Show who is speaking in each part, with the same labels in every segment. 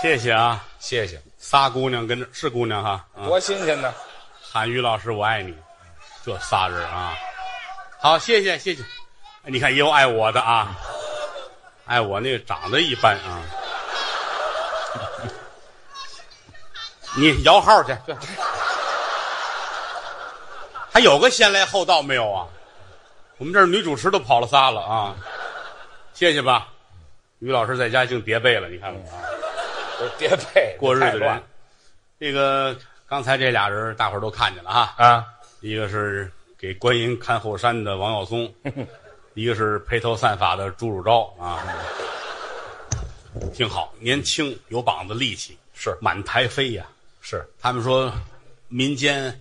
Speaker 1: 谢谢啊，
Speaker 2: 谢谢，
Speaker 1: 仨姑娘跟这是姑娘哈，嗯
Speaker 2: 啊多新鲜呢！
Speaker 1: 喊于老师我爱你，这仨人啊，好，谢谢谢谢，你看也有爱我的啊，爱我那个长得一般啊， 你摇号去，对还有个先来后到没有啊？我们这儿女主持都跑了仨了啊，谢谢吧，于老师在家净叠被了，你看看啊。
Speaker 2: 都叠 被，
Speaker 1: 过日
Speaker 2: 太
Speaker 1: 子
Speaker 2: 乱
Speaker 1: 人。这个刚才这俩人，大伙儿都看见了啊，
Speaker 2: 啊！
Speaker 1: 一个是给观音看后山的王耀 松，一个是披头散发的朱汝昭啊，挺好，年轻有膀子力气，
Speaker 2: 是
Speaker 1: 满台飞呀、
Speaker 2: 是，
Speaker 1: 他们说，民间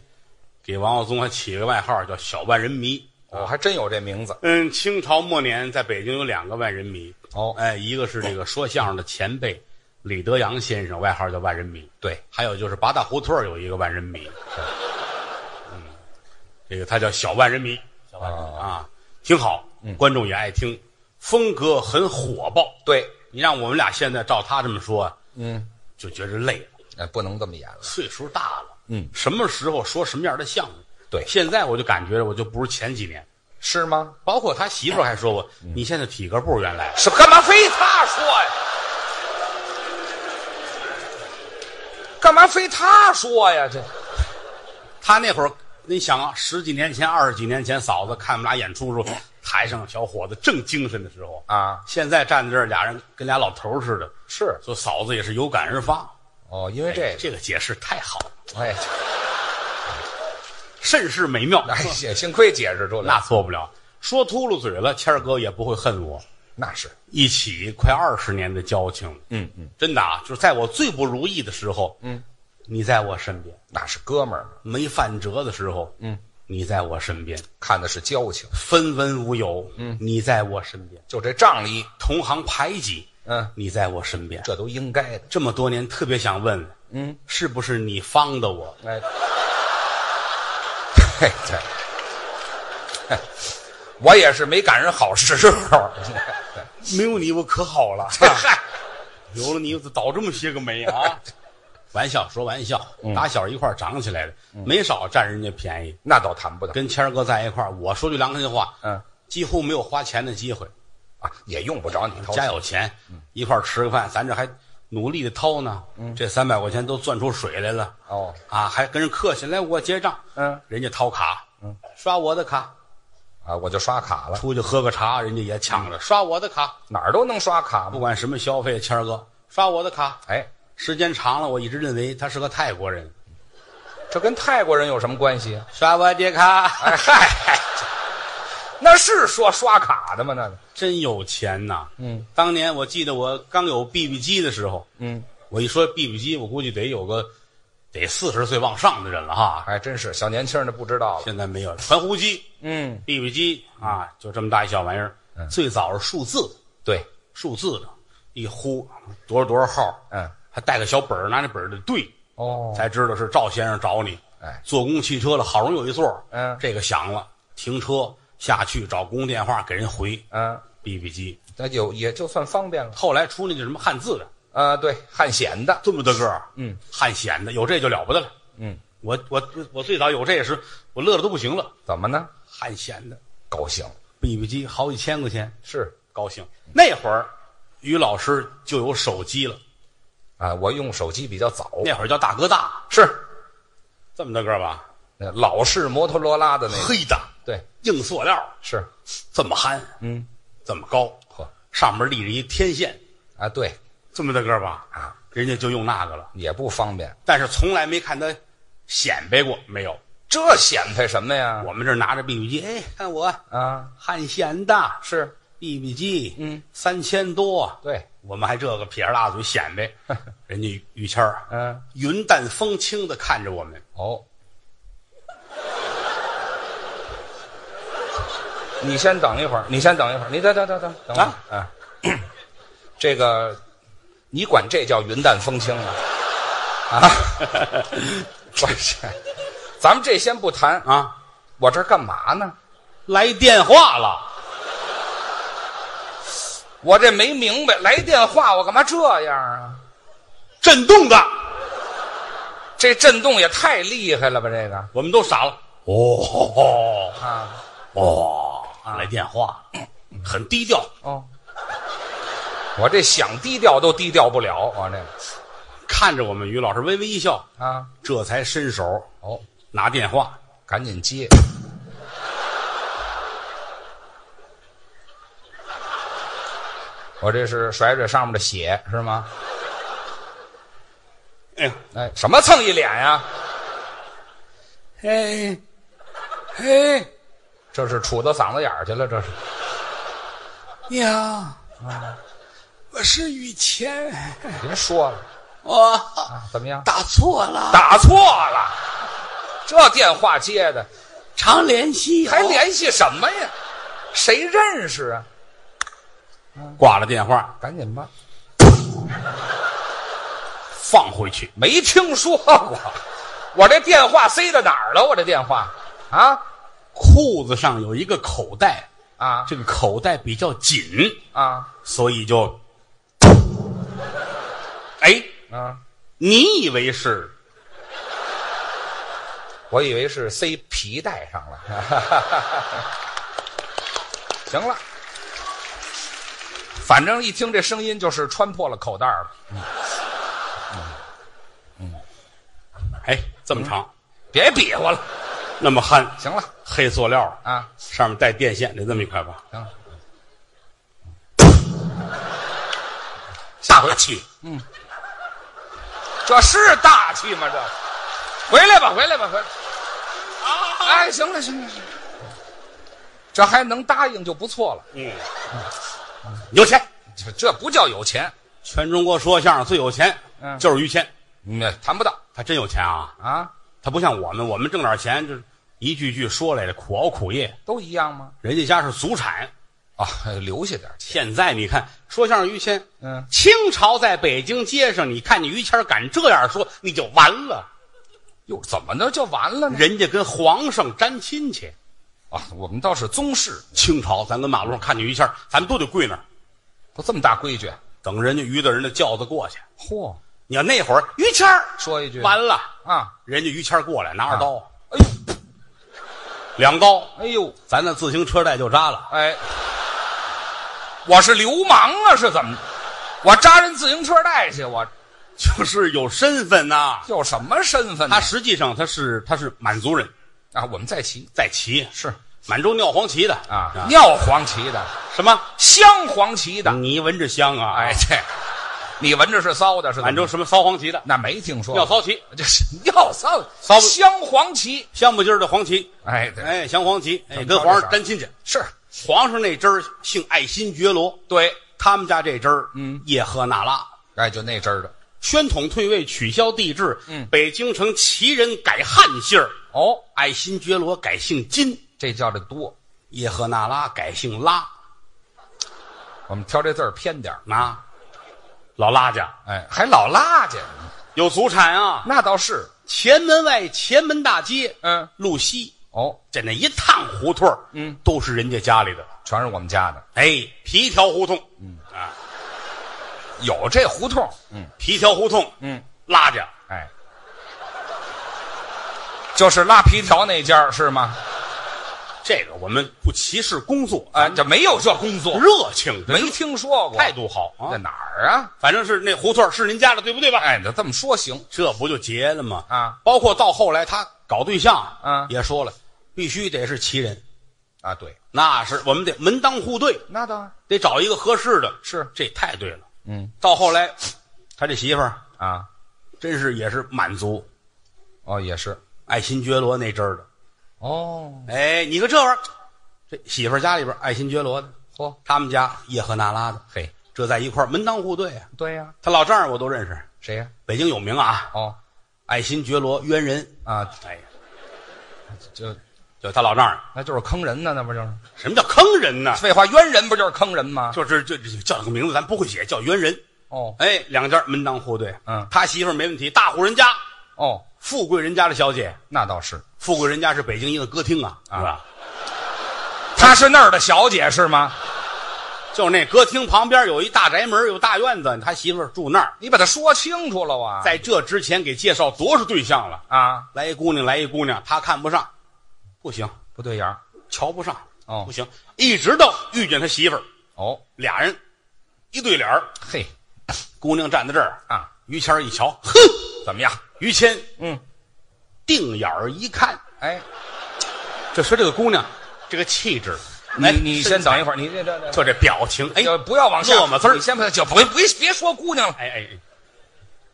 Speaker 1: 给王耀宗还起个外号叫“小万人迷”。
Speaker 2: 我还真有这名字
Speaker 1: 嗯，清朝末年在北京有两个万人迷，
Speaker 2: 哦
Speaker 1: 哎，一个是这个说相声的前辈李德阳先生，外号叫万人迷，
Speaker 2: 对，
Speaker 1: 还有就是八大胡同儿有一个万人迷，嗯，这个他叫小万人迷，小万人迷嗯啊，挺好，观众也爱听，风格很火爆。
Speaker 2: 对，
Speaker 1: 你让我们俩现在照他这么说，嗯，就觉着累了，
Speaker 2: 哎，不能这么演了。
Speaker 1: 岁数大了，
Speaker 2: 嗯，
Speaker 1: 什么时候说什么样的相声？
Speaker 2: 对
Speaker 1: 现在我就感觉我就不如前几年。
Speaker 2: 是吗？
Speaker 1: 包括他媳妇儿还说过，你现在体格不如原来。
Speaker 2: 是干嘛非他说呀？干嘛非他说呀？这
Speaker 1: 他那会儿，你想啊，十几年前、二十几年前，嫂子看我们俩演出的时候，台上小伙子正精神的时候
Speaker 2: 啊
Speaker 1: 现在站在这儿，俩人跟俩老头儿似的。
Speaker 2: 是
Speaker 1: 说嫂子也是有感而发，哎
Speaker 2: 哦，因为这
Speaker 1: 这个解释太好了，
Speaker 2: 个，哎，
Speaker 1: 甚是美妙。
Speaker 2: 哎呀，幸亏解释出来，
Speaker 1: 那错不了，说秃噜嘴了，谦儿哥也不会恨我。
Speaker 2: 那是
Speaker 1: 一起快二十年的交情，嗯嗯，真的啊，就是在我最不如意的时候，嗯，你在我身边，
Speaker 2: 那是哥们儿，
Speaker 1: 没饭辙的时候，嗯，你在我身边，
Speaker 2: 看的是交情，
Speaker 1: 分文无有，嗯，你在我身边，
Speaker 2: 就这仗义，
Speaker 1: 同行排挤，
Speaker 2: 嗯，
Speaker 1: 你在我身边，
Speaker 2: 这都应该的。
Speaker 1: 这么多年，特别想问，嗯，是不是你方的我？
Speaker 2: 哎， 嘿，对， 我也是没赶上好时候。
Speaker 1: 没有你，我可好 了，
Speaker 2: 嗨，
Speaker 1: 有了你，我就倒这么些个霉 啊！玩笑说玩笑，打小一块儿长起来的，没少占人家便宜。
Speaker 2: 那倒谈不到
Speaker 1: 跟谦儿哥在一块儿，我说句良心话，
Speaker 2: 嗯，
Speaker 1: 几乎没有花钱的机会。
Speaker 2: 啊，也用不着你掏
Speaker 1: 家
Speaker 2: 钱。
Speaker 1: 有钱，一块儿吃个饭，咱这还努力的掏呢。这三百块钱都攥出水来了。
Speaker 2: 哦，
Speaker 1: 啊，还跟人客气，来我结账。
Speaker 2: 嗯，
Speaker 1: 人家掏卡，嗯，刷我的卡，
Speaker 2: 啊，我就刷卡了，
Speaker 1: 出去喝个茶，人家也抢着刷我的卡。
Speaker 2: 哪儿都能刷卡
Speaker 1: 不
Speaker 2: 吗？
Speaker 1: 管什么消费，谦儿哥刷我的卡。
Speaker 2: 哎，
Speaker 1: 时间长了，我一直认为他是个泰国人，
Speaker 2: 这跟泰国人有什么关系啊？
Speaker 1: 刷我的卡，
Speaker 2: 哎嗨，那是说刷卡的吗？那个
Speaker 1: 真有钱呐。嗯，当年我记得我刚有 BB 机的时候，嗯，我一说 BB 机，我估计得有个得四十岁往上的人了哈。
Speaker 2: 还真是小年轻的不知道了。
Speaker 1: 现在没有传呼机、
Speaker 2: 嗯，
Speaker 1: BB 机啊，就这么大一小玩意儿。最早是数字，
Speaker 2: 对，
Speaker 1: 数字的，一呼多少多少号，
Speaker 2: 嗯，
Speaker 1: 还带个小本儿，拿那本儿得对，
Speaker 2: 哦，
Speaker 1: 才知道是赵先生找你。
Speaker 2: 哎，
Speaker 1: 坐公共汽车了，好容易有一座，
Speaker 2: 嗯
Speaker 1: 这个响了，停车下去找公共电话给人回
Speaker 2: 嗯，
Speaker 1: ，BB 机。
Speaker 2: 那有也就算方便了。
Speaker 1: 后来出那叫什么汉字的，
Speaker 2: 啊，对，汉显的，
Speaker 1: 这么大个儿，嗯，汉显的有这就了不得了。
Speaker 2: 嗯，
Speaker 1: 我我我最早有这也是我乐的都不行了，
Speaker 2: 怎么呢？
Speaker 1: 汉显的
Speaker 2: 高兴
Speaker 1: BB 机好几千块钱。
Speaker 2: 是
Speaker 1: 高兴。那会儿，于老师就有手机了，
Speaker 2: 啊，我用手机比较早，
Speaker 1: 那会儿叫大哥大，
Speaker 2: 是
Speaker 1: 这么大个儿吧，
Speaker 2: 那老式摩托罗拉的那个，
Speaker 1: 黑的，
Speaker 2: 对，
Speaker 1: 硬塑料，
Speaker 2: 是，
Speaker 1: 这么憨，
Speaker 2: 嗯，
Speaker 1: 这么高，
Speaker 2: 呵，
Speaker 1: 上面立着一天线，
Speaker 2: 啊，对，
Speaker 1: 这么大个儿吧，
Speaker 2: 啊，
Speaker 1: 人家就用那个了，
Speaker 2: 也不方便。
Speaker 1: 但是从来没看他显摆过，没有。
Speaker 2: 这显摆什么呀？
Speaker 1: 我们这儿拿着 BB 机，哎，看我
Speaker 2: 啊，
Speaker 1: 汉显的
Speaker 2: 是
Speaker 1: BB 机，
Speaker 2: 嗯，
Speaker 1: 三千多，
Speaker 2: 对，
Speaker 1: 我们还这个撇着大嘴显 摆，人家于谦儿，
Speaker 2: 嗯，
Speaker 1: 云淡风轻的看着我们，
Speaker 2: 哦，你先等一会儿，你先等一会儿，你等等等等等会儿
Speaker 1: 啊
Speaker 2: 啊，这个你管这叫云淡风轻啊？啊，我这，咱们这先不谈，
Speaker 1: 啊，
Speaker 2: 我这儿干嘛呢？
Speaker 1: 来电话了，
Speaker 2: 我这没明白，来电话我干嘛这样啊？
Speaker 1: 震动的，
Speaker 2: 这震动也太厉害了吧？这个
Speaker 1: 我们都傻了。哦
Speaker 2: 啊，
Speaker 1: 哦，来电话了，很低调，
Speaker 2: 哦，我这想低调都低调不了，我这个
Speaker 1: 看着我们于老师微微一笑，
Speaker 2: 啊，
Speaker 1: 这才伸手
Speaker 2: 哦，
Speaker 1: 拿电话。
Speaker 2: 赶紧接。我这是甩甩上面的血是吗？
Speaker 1: 哎呀，
Speaker 2: 哎，什么蹭一脸呀、
Speaker 1: 哎，
Speaker 2: 嘿，这是杵到嗓子眼儿去了，这是
Speaker 1: 你好，啊我是雨谦，
Speaker 2: 别说了
Speaker 1: 我
Speaker 2: 啊，怎么样？
Speaker 1: 打错了，
Speaker 2: 打错了，这电话接的
Speaker 1: 常联系哦
Speaker 2: 还联系什么呀？谁认识啊？
Speaker 1: 挂了电话，
Speaker 2: 赶紧吧，
Speaker 1: 放回去。
Speaker 2: 没听说过，我这电话塞到哪儿了？我这电话啊
Speaker 1: 裤子上有一个口袋，
Speaker 2: 啊
Speaker 1: 这个口袋比较紧，
Speaker 2: 啊
Speaker 1: 所以就，哎，
Speaker 2: 啊！
Speaker 1: 你以为是
Speaker 2: 我以为是塞皮带上了。 行了，反正一听这声音就是穿破了口袋了。
Speaker 1: 哎这么长，
Speaker 2: 别比划了，
Speaker 1: 那么憨，
Speaker 2: 行了
Speaker 1: 黑塑料
Speaker 2: 啊，
Speaker 1: 上面带电线，得这么一块吧？
Speaker 2: 行了，
Speaker 1: 大气，
Speaker 2: 这是大气吗？这，回来吧，回来吧，回来。哎，行了，行了，行了，这还能答应就不错了。
Speaker 1: 嗯，有钱，
Speaker 2: 这这不叫有钱，
Speaker 1: 全中国说相声最有钱，
Speaker 2: 嗯
Speaker 1: 就是于谦，
Speaker 2: 嗯，谈不到
Speaker 1: 他真有钱啊！
Speaker 2: 啊，
Speaker 1: 他不像我们，我们挣点钱就是一句句说来的苦熬苦夜，
Speaker 2: 都一样吗？
Speaker 1: 人家家是祖产。
Speaker 2: 啊，留下点钱，
Speaker 1: 现在你看说相声于谦，
Speaker 2: 嗯，
Speaker 1: 清朝在北京街上，你看你于谦敢这样说，你就完了。
Speaker 2: 哟，怎么的就完了呢？
Speaker 1: 人家跟皇上沾亲戚。
Speaker 2: 啊，我们倒是宗室，
Speaker 1: 清朝，咱跟马路上看见于谦，咱们都得跪那儿
Speaker 2: 不这么大规矩。啊
Speaker 1: 等人家于大人的轿子过去。
Speaker 2: 嚯，
Speaker 1: 你要那会儿于谦儿
Speaker 2: 说一句
Speaker 1: 完了，
Speaker 2: 啊，
Speaker 1: 人家于谦儿过来拿着刀，
Speaker 2: 哎呦，
Speaker 1: 两刀，
Speaker 2: 哎呦，
Speaker 1: 咱的自行车带就扎了。
Speaker 2: 哎，我是流氓啊，是怎么？我扎人自行车带去，我
Speaker 1: 就是有身份呐、
Speaker 2: 有什么身份呢
Speaker 1: 他？实际上他是他是满族人，
Speaker 2: 啊，我们在骑
Speaker 1: 在旗，
Speaker 2: 是
Speaker 1: 满洲尿黄旗的
Speaker 2: 啊，尿黄旗的，
Speaker 1: 什么？
Speaker 2: 镶黄旗的，
Speaker 1: 你闻着香啊！
Speaker 2: 哎，，这你闻着是骚的，是怎么
Speaker 1: 满洲什么骚黄旗的，
Speaker 2: 那没听说
Speaker 1: 尿
Speaker 2: 过，
Speaker 1: 骚旗，
Speaker 2: 这是尿骚
Speaker 1: 骚
Speaker 2: 镶黄旗，
Speaker 1: 香不筋儿的黄旗，
Speaker 2: 哎，对，
Speaker 1: 哎，降黄旗，哎，跟皇上沾亲戚。
Speaker 2: 是
Speaker 1: 皇上那支儿姓爱新觉罗，
Speaker 2: 对，
Speaker 1: 他们家这支儿，嗯，叶赫那拉。
Speaker 2: 哎，就那阵儿的
Speaker 1: 宣统退位，取消帝制，
Speaker 2: 嗯
Speaker 1: 北京城旗人改汉姓儿，
Speaker 2: 哦，
Speaker 1: 爱新觉罗改姓金，
Speaker 2: 这叫的多。
Speaker 1: 叶赫那拉改姓拉
Speaker 2: 我们挑这字儿偏点儿，
Speaker 1: 啊，老拉家
Speaker 2: 哎，还老拉去，
Speaker 1: 有祖产啊，
Speaker 2: 那倒是，
Speaker 1: 前门外前门大街，
Speaker 2: 嗯，
Speaker 1: 路西，
Speaker 2: 哦，
Speaker 1: 这那一趟胡同嗯，都是人家家里的，
Speaker 2: 全是我们家的，
Speaker 1: 哎，皮条胡同，嗯啊，
Speaker 2: 有这胡同，嗯
Speaker 1: 皮条胡同，
Speaker 2: 嗯，
Speaker 1: 拉家
Speaker 2: 哎，就是拉皮条那家儿是吗？
Speaker 1: 这个我们不歧视工作，
Speaker 2: 啊、这没有这工作，
Speaker 1: 热情
Speaker 2: 没听说过，
Speaker 1: 态度好
Speaker 2: 在
Speaker 1: 啊。
Speaker 2: 哪儿啊？
Speaker 1: 反正是那胡同是您家的，对不对吧？
Speaker 2: 哎，那这么说行，
Speaker 1: 这不就结了吗？
Speaker 2: 啊，
Speaker 1: 包括到后来他搞对象，
Speaker 2: 嗯
Speaker 1: 也说了，必须得是旗人，
Speaker 2: 啊，对，
Speaker 1: 那是我们得门当户对，
Speaker 2: 那当然
Speaker 1: 得找一个合适的。
Speaker 2: 是，
Speaker 1: 这太对了。
Speaker 2: 嗯
Speaker 1: 到后来， 他这媳妇儿
Speaker 2: 啊，
Speaker 1: 真是也是满族
Speaker 2: 哦，也是，
Speaker 1: 爱新觉罗那阵儿的。
Speaker 2: 哦，
Speaker 1: 哎，你看这玩意儿，这媳妇儿家里边爱新觉罗的，
Speaker 2: 嚯，
Speaker 1: 他们家叶赫那拉的，
Speaker 2: 嘿，
Speaker 1: 这在一块儿门当户对啊。
Speaker 2: 对呀、
Speaker 1: 他老丈人我都认识，
Speaker 2: 谁呀、
Speaker 1: 北京有名啊，
Speaker 2: 哦，
Speaker 1: 爱新觉罗渊人。
Speaker 2: 啊，
Speaker 1: 哎呀，
Speaker 2: 就
Speaker 1: 就他老丈人，
Speaker 2: 那就是坑人呢，那不就是？
Speaker 1: 什么叫坑人呢？
Speaker 2: 废话，冤人不就是坑人吗？
Speaker 1: 就是就就叫这个名字，咱不会写，叫冤人。
Speaker 2: 哦
Speaker 1: 哎，两家门当户对。
Speaker 2: 嗯
Speaker 1: 他媳妇儿没问题，大户人家，
Speaker 2: 哦，
Speaker 1: 富贵人家的小姐，
Speaker 2: 那倒是，
Speaker 1: 富贵人家是北
Speaker 2: 啊
Speaker 1: 京一个歌厅啊，是吧？
Speaker 2: 她是那儿的小姐是吗？
Speaker 1: 就是那歌厅旁边有一大宅门，有大院子，他媳妇儿住那儿。
Speaker 2: 你把它说清楚了啊！
Speaker 1: 在这之前给介绍多少对象了？
Speaker 2: 啊，
Speaker 1: 来一姑娘，来一姑娘，他看不上，不行，
Speaker 2: 不对眼儿
Speaker 1: 瞧不上，
Speaker 2: 哦
Speaker 1: 不行。一直到遇见他媳妇儿，
Speaker 2: 哦，
Speaker 1: 俩人一对脸儿，
Speaker 2: 嘿
Speaker 1: 姑娘站在这儿，
Speaker 2: 啊，
Speaker 1: 于谦儿一瞧，哼，
Speaker 2: 怎么样？
Speaker 1: 于谦
Speaker 2: 嗯，
Speaker 1: 定眼儿一看，
Speaker 2: 哎，
Speaker 1: 就说这个姑娘这个气质，
Speaker 2: 你
Speaker 1: 哎
Speaker 2: 你先等一会儿，你这这这
Speaker 1: 就这表情，哎，
Speaker 2: 就不要往下
Speaker 1: 落寞字儿
Speaker 2: 你先不就不不别说姑娘了，
Speaker 1: 哎哎，哎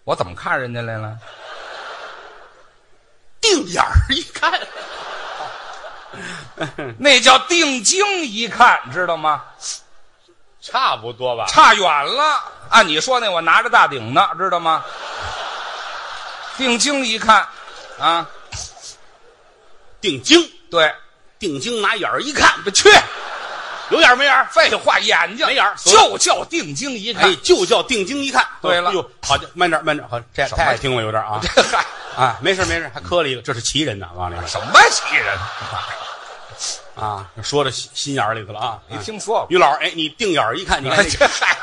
Speaker 2: 我怎么看人家来了？
Speaker 1: 定眼儿一看，嗯
Speaker 2: 那叫定睛一看，知道吗？
Speaker 1: 差不多吧？
Speaker 2: 差远了。按你说那，我拿着大顶呢，知道吗？定睛一看，啊，
Speaker 1: 定睛，
Speaker 2: 对，
Speaker 1: 定睛，拿眼儿一看，
Speaker 2: 不去，
Speaker 1: 有眼儿没眼儿？
Speaker 2: 废话，眼睛
Speaker 1: 没眼儿
Speaker 2: 就叫定睛一看
Speaker 1: 哎。，就叫定睛一看。
Speaker 2: 对了
Speaker 1: 哎呦，好的，慢点，慢点，好，这
Speaker 2: 什么
Speaker 1: 太听了有点啊
Speaker 2: 这嗨，
Speaker 1: 啊，没事没事，还磕了一个，这是奇人呐，往里
Speaker 2: 什么奇人？
Speaker 1: 啊，说到心心眼儿里头了啊。
Speaker 2: 没
Speaker 1: 哎
Speaker 2: 听说过？
Speaker 1: 于老师，哎，你定眼儿一看，你看这个
Speaker 2: 这嗨，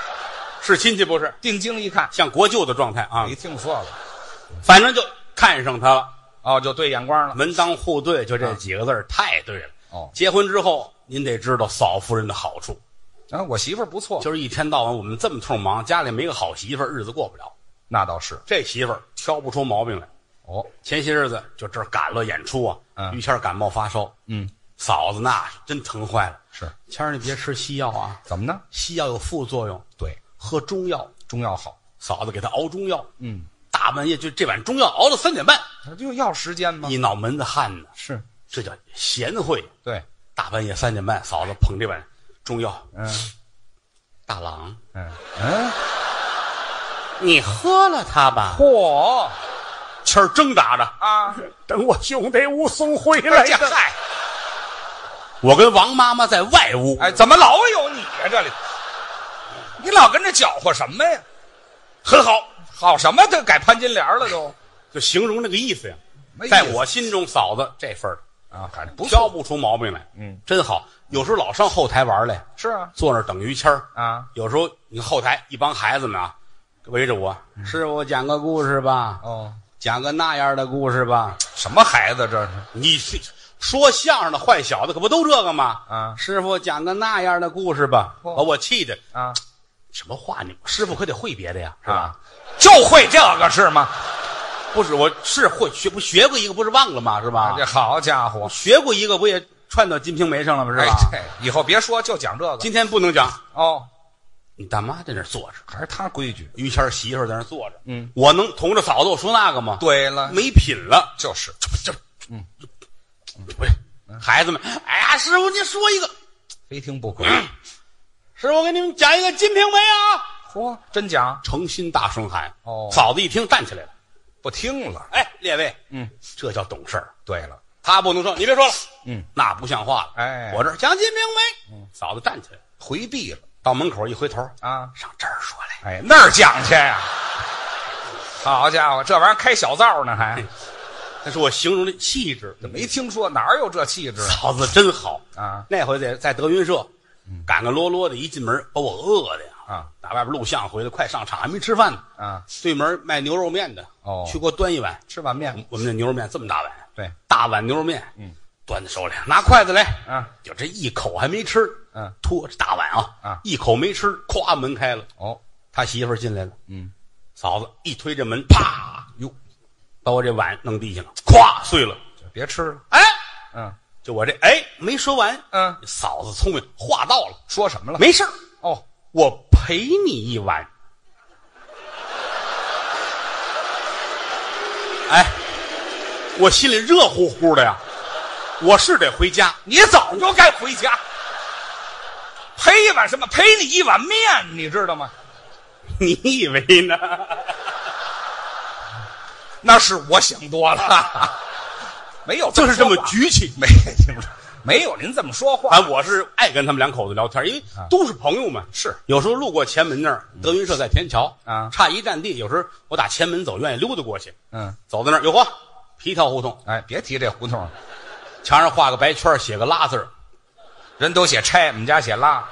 Speaker 1: 是亲戚不是？
Speaker 2: 定睛一看，
Speaker 1: 像国舅的状态啊
Speaker 2: 没，听说过。
Speaker 1: 反正就看上他了，
Speaker 2: 哦，就对眼光了。
Speaker 1: 门当户对，就这几个字儿太对了。
Speaker 2: 哦，
Speaker 1: 结婚之后，您得知道嫂夫人的好处，
Speaker 2: 啊，我媳妇儿不错，
Speaker 1: 就是一天到晚我们这么通忙，家里没个好媳妇儿，日子过不了。
Speaker 2: 那倒是。
Speaker 1: 这媳妇儿挑不出毛病来。
Speaker 2: 哦，
Speaker 1: 前些日子就这儿赶了演出啊，
Speaker 2: 嗯
Speaker 1: 于谦儿感冒发烧，
Speaker 2: 嗯，
Speaker 1: 嫂子那是真疼坏了。
Speaker 2: 是
Speaker 1: 谦儿，你别吃西药啊，
Speaker 2: 怎么呢？
Speaker 1: 西药有副作用，
Speaker 2: 对，
Speaker 1: 喝中药。
Speaker 2: 中药好。
Speaker 1: 嫂子给他熬中药，
Speaker 2: 嗯，
Speaker 1: 大半夜就这碗中药熬到三点半，
Speaker 2: 那就要时间吗
Speaker 1: 一？脑门子汗呢，
Speaker 2: 是，
Speaker 1: 这叫贤惠。
Speaker 2: 对，
Speaker 1: 大半夜三点半，嫂子捧这碗中药，
Speaker 2: 嗯
Speaker 1: 大郎，
Speaker 2: 嗯嗯，
Speaker 1: 你喝了它吧。
Speaker 2: 嚯
Speaker 1: 谦儿挣扎着，
Speaker 2: 啊！
Speaker 1: 等我兄弟武松回
Speaker 2: 哎
Speaker 1: 来
Speaker 2: 呀
Speaker 1: 的。
Speaker 2: 嗨，
Speaker 1: 我跟王妈妈在外屋，
Speaker 2: 哎，怎么老有你呀、这里，你老跟着搅和什么呀？
Speaker 1: 很好，
Speaker 2: 好什么？都改潘金莲了都。
Speaker 1: 就形容那个意思呀。
Speaker 2: 没意思
Speaker 1: 在我心中，嫂子这份儿
Speaker 2: 啊，还不
Speaker 1: 挑
Speaker 2: 错。
Speaker 1: 不出毛病来，
Speaker 2: 嗯，
Speaker 1: 真好。有时候老上后台玩来，
Speaker 2: 是啊
Speaker 1: 坐那儿等于谦儿。
Speaker 2: 啊
Speaker 1: 有时候你看后台一帮孩子们啊，围着我，
Speaker 2: 嗯
Speaker 1: 师傅讲个故事吧，
Speaker 2: 哦，
Speaker 1: 讲个那样的故事吧。
Speaker 2: 什么孩子这是？
Speaker 1: 你是说相声的坏小子，可不都这个吗？
Speaker 2: 啊
Speaker 1: 师傅讲个那样的故事吧，把
Speaker 2: 嚯
Speaker 1: 我气的。
Speaker 2: 啊
Speaker 1: 什么话你？师傅可得会别的呀，是吧
Speaker 2: 啊？，就会这个是吗？
Speaker 1: 不是，我是会学，不学过一个，不是忘了吗？是吧
Speaker 2: 这？好家伙！
Speaker 1: 学过一个，不也串到《金瓶梅》上了吗？是
Speaker 2: 哎
Speaker 1: 吧，？
Speaker 2: 这以后别说，就讲这个
Speaker 1: 今天不能讲，
Speaker 2: 哦。
Speaker 1: 你大妈在那儿坐着。
Speaker 2: 还是他规矩。
Speaker 1: 于谦儿媳妇儿在那儿坐着，
Speaker 2: 嗯，
Speaker 1: 我能同着嫂子我说那个吗？，
Speaker 2: 对了，
Speaker 1: 没品了，
Speaker 2: 就是
Speaker 1: 这，嗯，不是，孩子们，哎呀，师傅您说一个，
Speaker 2: 非听不可。
Speaker 1: 师傅我给你们讲一个《金瓶梅》啊，
Speaker 2: 嚯，真讲
Speaker 1: 诚心大声喊，
Speaker 2: 哦
Speaker 1: 嫂子一听站起来了，
Speaker 2: 不听了。
Speaker 1: 哎，列位，
Speaker 2: 嗯，
Speaker 1: 这叫懂事儿，
Speaker 2: 对了，
Speaker 1: 他不能说你别说了，
Speaker 2: 嗯，
Speaker 1: 那不像话了，
Speaker 2: 哎
Speaker 1: 我这儿讲《金瓶梅》，嫂子站起来，
Speaker 2: 回避了
Speaker 1: 到门口一回头，
Speaker 2: 啊。
Speaker 1: 上这儿说来，
Speaker 2: 哎，那儿讲去呀、好家伙，这玩意儿开小灶呢还，
Speaker 1: 那是我形容的气质，
Speaker 2: 没听说哪儿有这气质
Speaker 1: 嫂子真好
Speaker 2: 啊？嗯
Speaker 1: 那回在在德云社，赶个啰啰的，一进门把我饿的呀！
Speaker 2: 啊，
Speaker 1: 打外边录像回来，快上场还没吃饭呢。
Speaker 2: 啊，
Speaker 1: 对门卖牛肉面的，
Speaker 2: 哦
Speaker 1: 去给我端一碗。
Speaker 2: 吃碗面
Speaker 1: 我们那牛肉面这么大碗，
Speaker 2: 对，
Speaker 1: 大碗牛肉面，嗯，端在手里，拿筷子来，
Speaker 2: 啊，
Speaker 1: 就这一口还没吃，
Speaker 2: 嗯，
Speaker 1: 托着大碗啊，
Speaker 2: 啊
Speaker 1: 一口没吃，咵门开了，
Speaker 2: 哦，
Speaker 1: 他媳妇儿进来了，
Speaker 2: 嗯，
Speaker 1: 嫂子一推这门，啪，
Speaker 2: 哟，
Speaker 1: 把我这碗弄地下了，咵碎了，
Speaker 2: 别吃了，
Speaker 1: 哎，
Speaker 2: 嗯
Speaker 1: 就我这哎没说完，
Speaker 2: 嗯，
Speaker 1: 嫂子聪明，话到了，
Speaker 2: 说什么了？
Speaker 1: 没事儿。
Speaker 2: 哦，
Speaker 1: 我陪你一晚。哎，我心里热乎乎的呀，我是得回家。
Speaker 2: 你早就该回家，赔一碗什么？赔你一碗面，你知道吗？
Speaker 1: 你以为呢？
Speaker 2: 那是我想多了，没有
Speaker 1: 就是这么
Speaker 2: 说话
Speaker 1: 局气。
Speaker 2: 没听说，没有您这么说话啊
Speaker 1: 啊，我是爱跟他们两口子聊天，因为都是朋友嘛。
Speaker 2: 是嗯
Speaker 1: 有时候路过前门那儿，德云社在天桥
Speaker 2: 啊
Speaker 1: 差一站地。有时候我打前门走，愿意溜达过去，
Speaker 2: 嗯，
Speaker 1: 走到那儿，哟呵，皮条胡同，
Speaker 2: 哎，别提这胡同了，
Speaker 1: 墙上画个白圈儿，写个拉字儿
Speaker 2: 人都写拆，我们家写拉，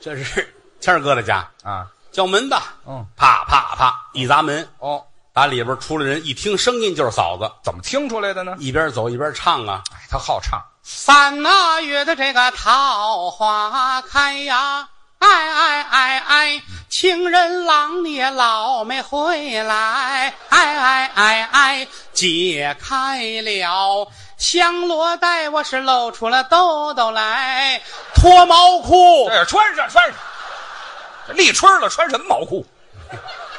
Speaker 1: 这是 谦儿哥的家，
Speaker 2: 啊，
Speaker 1: 叫门吧，
Speaker 2: 嗯，
Speaker 1: 啪啪啪一砸门，
Speaker 2: 哦，
Speaker 1: 打里边出来人，一听声音就是嫂子，
Speaker 2: 怎么听出来的呢？
Speaker 1: 一边走一边唱啊，
Speaker 2: 哎，他好唱，
Speaker 1: 三那月的这个桃花开呀，哎哎哎哎，情人郎你也老没回来，哎哎哎哎，解开了香罗带，我是露出了兜兜来，脱毛裤，
Speaker 2: 哎，穿上穿上，这立春了穿什么毛裤？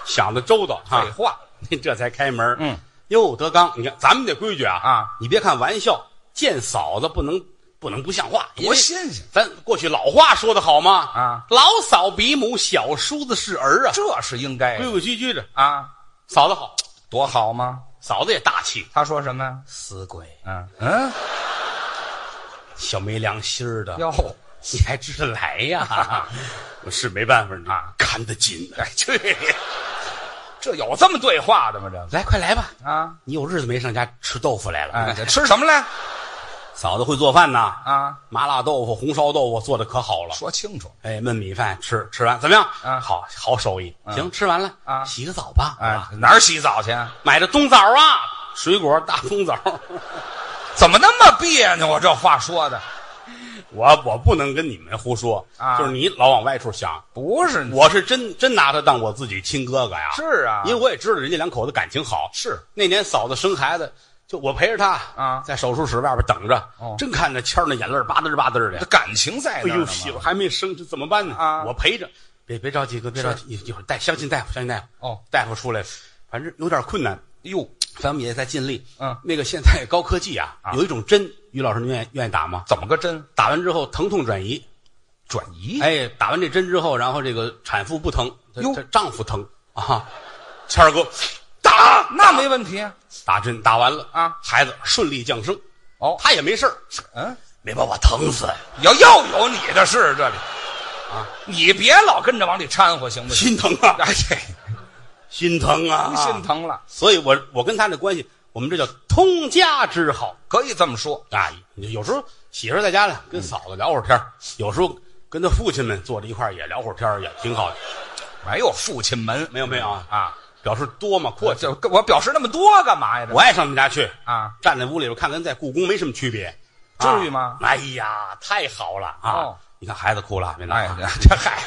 Speaker 1: 想的周到
Speaker 2: 废话，
Speaker 1: 您 这才开门。
Speaker 2: 啊嗯，
Speaker 1: 哟，德刚，你看咱们这规矩啊
Speaker 2: 啊，
Speaker 1: 你别看玩笑，见嫂子不能不能不像话，因
Speaker 2: 多
Speaker 1: 为
Speaker 2: 新鲜！
Speaker 1: 咱过去老话说的好吗？
Speaker 2: 啊，
Speaker 1: 老嫂比母，小叔子是儿啊，
Speaker 2: 这是应该
Speaker 1: 规
Speaker 2: 的
Speaker 1: 规矩矩的。
Speaker 2: 哎啊，
Speaker 1: 嫂子好，
Speaker 2: 多好吗？
Speaker 1: 嫂子也大气，
Speaker 2: 他说什么呀？
Speaker 1: 死鬼，
Speaker 2: 嗯嗯，
Speaker 1: 小没良心儿的，
Speaker 2: 哟，
Speaker 1: 你还知道来呀？ 我是没办法
Speaker 2: 啊，
Speaker 1: 看得紧。
Speaker 2: 哎去，这有这么对话的吗？这
Speaker 1: 来，快来吧，
Speaker 2: 啊，
Speaker 1: 你有日子没上家吃豆腐来了。
Speaker 2: 哎，这吃什么来
Speaker 1: 嫂子会做饭呐，
Speaker 2: 啊？
Speaker 1: 麻辣豆腐、红烧豆腐做的可好了。
Speaker 2: 说清楚，
Speaker 1: 哎，焖米饭吃，吃完怎么样？
Speaker 2: 啊
Speaker 1: 好好手艺。行，吃完了
Speaker 2: 啊
Speaker 1: 洗个澡吧。
Speaker 2: 哎
Speaker 1: 啊，，
Speaker 2: 哪儿洗澡去？啊？
Speaker 1: 买的冬枣啊，水果大冬枣。
Speaker 2: 怎么那么别扭啊？这话说的
Speaker 1: 我我不能跟你们胡说
Speaker 2: 啊
Speaker 1: 就是你老往外处想，
Speaker 2: 不是
Speaker 1: 我是真真拿他当我自己亲哥哥呀。
Speaker 2: 是啊，
Speaker 1: 因为我也知道人家两口子感情好。
Speaker 2: 是
Speaker 1: 那年嫂子生孩子，就我陪着她
Speaker 2: 啊
Speaker 1: 在手术室外边等着，
Speaker 2: 哦
Speaker 1: 真看着谦儿那眼泪儿吧嘚儿吧嘚儿的
Speaker 2: 这。感情在
Speaker 1: 哎
Speaker 2: 那儿
Speaker 1: 呦，
Speaker 2: 呢
Speaker 1: 媳妇
Speaker 2: 嘛。
Speaker 1: 还没生，这怎么办呢？
Speaker 2: 啊
Speaker 1: 我陪着，别别着急，哥，别着急，一一会儿带相信大夫，相信大夫。
Speaker 2: 哦，
Speaker 1: 大夫出来，反正有点困难，
Speaker 2: 哟，
Speaker 1: 咱们也在尽力。
Speaker 2: 嗯
Speaker 1: 那个现在高科技啊，有一种针，于老师您愿意愿意打吗？
Speaker 2: 怎么个针
Speaker 1: 打完之后疼痛转移，
Speaker 2: 转移？
Speaker 1: 哎，打完这针之后，然后这个产妇不疼，她
Speaker 2: 哟
Speaker 1: 她丈夫疼啊。谦儿哥，打
Speaker 2: 那没问题啊。
Speaker 1: 打针打完了
Speaker 2: 啊，
Speaker 1: 孩子顺利降生，
Speaker 2: 哦，
Speaker 1: 他也没事儿，
Speaker 2: 嗯，
Speaker 1: 没把我疼死，
Speaker 2: 要又有你的事这里啊，你别老跟着往里掺和，行不
Speaker 1: 心
Speaker 2: 行？
Speaker 1: 疼啊，
Speaker 2: 哎，这
Speaker 1: 心疼啊，
Speaker 2: 心。疼了，
Speaker 1: 所以我我跟他这关系，我们这叫通家之好
Speaker 2: 可以这么说。
Speaker 1: 啊。你有时候媳妇儿在家呢，跟嫂子聊会儿天儿有时候跟他父亲们坐在一块儿也聊会儿天儿也挺好的。
Speaker 2: 哎呦，父亲门
Speaker 1: 没有没有啊，
Speaker 2: 啊，
Speaker 1: 表示多嘛阔
Speaker 2: 我
Speaker 1: 气。
Speaker 2: 就我表示那么多干嘛呀？这
Speaker 1: 我爱上他们家去，
Speaker 2: 啊，
Speaker 1: 站在屋里边看，跟在故宫没什么区别，
Speaker 2: 至于
Speaker 1: 啊
Speaker 2: 吗
Speaker 1: 哎呀，太好了啊！
Speaker 2: 哦
Speaker 1: 你看孩子哭了，没
Speaker 2: 哎
Speaker 1: 呢、，
Speaker 2: 这嗨，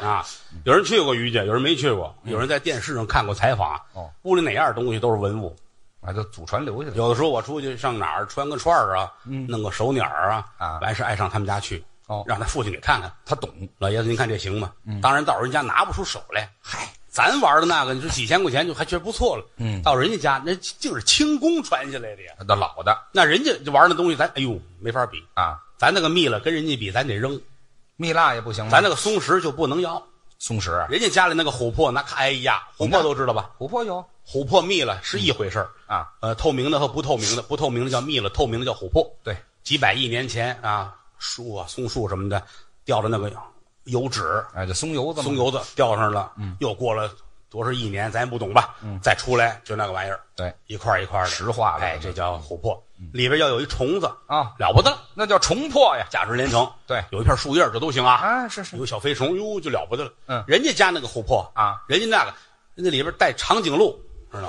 Speaker 1: 啊！有人去过于家，有人没去过，有人在电视上看过采访。啊
Speaker 2: 哦，
Speaker 1: 屋里哪样东西都是文物。
Speaker 2: 啊，就祖传留下的。
Speaker 1: 有的时候我出去上哪儿穿个串儿啊，弄个手鸟儿啊，
Speaker 2: 嗯啊
Speaker 1: 完事爱上他们家去，
Speaker 2: 哦嗯
Speaker 1: 让他父亲给看看。
Speaker 2: 他懂，
Speaker 1: 老爷子，您看这行吗？当然到人家拿不出手来。嗨，咱玩的那个，你说几千块钱就还觉得不错了。
Speaker 2: 嗯
Speaker 1: 到人家家那竟是轻功传下来的呀。
Speaker 2: 他的老的
Speaker 1: 那人家就玩那东西，咱哎呦没法比。
Speaker 2: 啊，
Speaker 1: 咱那个蜜了跟人家比，咱得扔；
Speaker 2: 嗯蜜蜡也不行吗？
Speaker 1: 咱那个松石就不能要。
Speaker 2: 松石啊、
Speaker 1: 人家家里那个琥珀，那看哎呀，琥珀都知道吧？
Speaker 2: 琥珀有
Speaker 1: 琥珀蜜了是一回事儿
Speaker 2: 啊，
Speaker 1: 呃，透明的和不透明的，不透明的叫蜜了，透明的叫琥珀。
Speaker 2: 对，
Speaker 1: 几百亿年前啊，树啊、松树什么的掉到那个油脂、
Speaker 2: 哎，这嗯松油子嘛
Speaker 1: 松油子掉上了，又过了多少亿年，咱也不懂吧？再出来就那个玩意儿，
Speaker 2: 对，
Speaker 1: 一块儿一块儿的
Speaker 2: 嗯石化了嗯
Speaker 1: 哎，这叫琥珀。里边要有一虫子
Speaker 2: 啊
Speaker 1: 了不得了，
Speaker 2: 那叫重破呀。
Speaker 1: 价值连城。
Speaker 2: 对
Speaker 1: 有一片树叶儿这都行啊，
Speaker 2: 啊，是是
Speaker 1: 有小飞虫，哟，就了不得了。
Speaker 2: 嗯
Speaker 1: 人家家那个琥珀
Speaker 2: 啊，
Speaker 1: 人家那个那里边带长颈鹿，知道吗？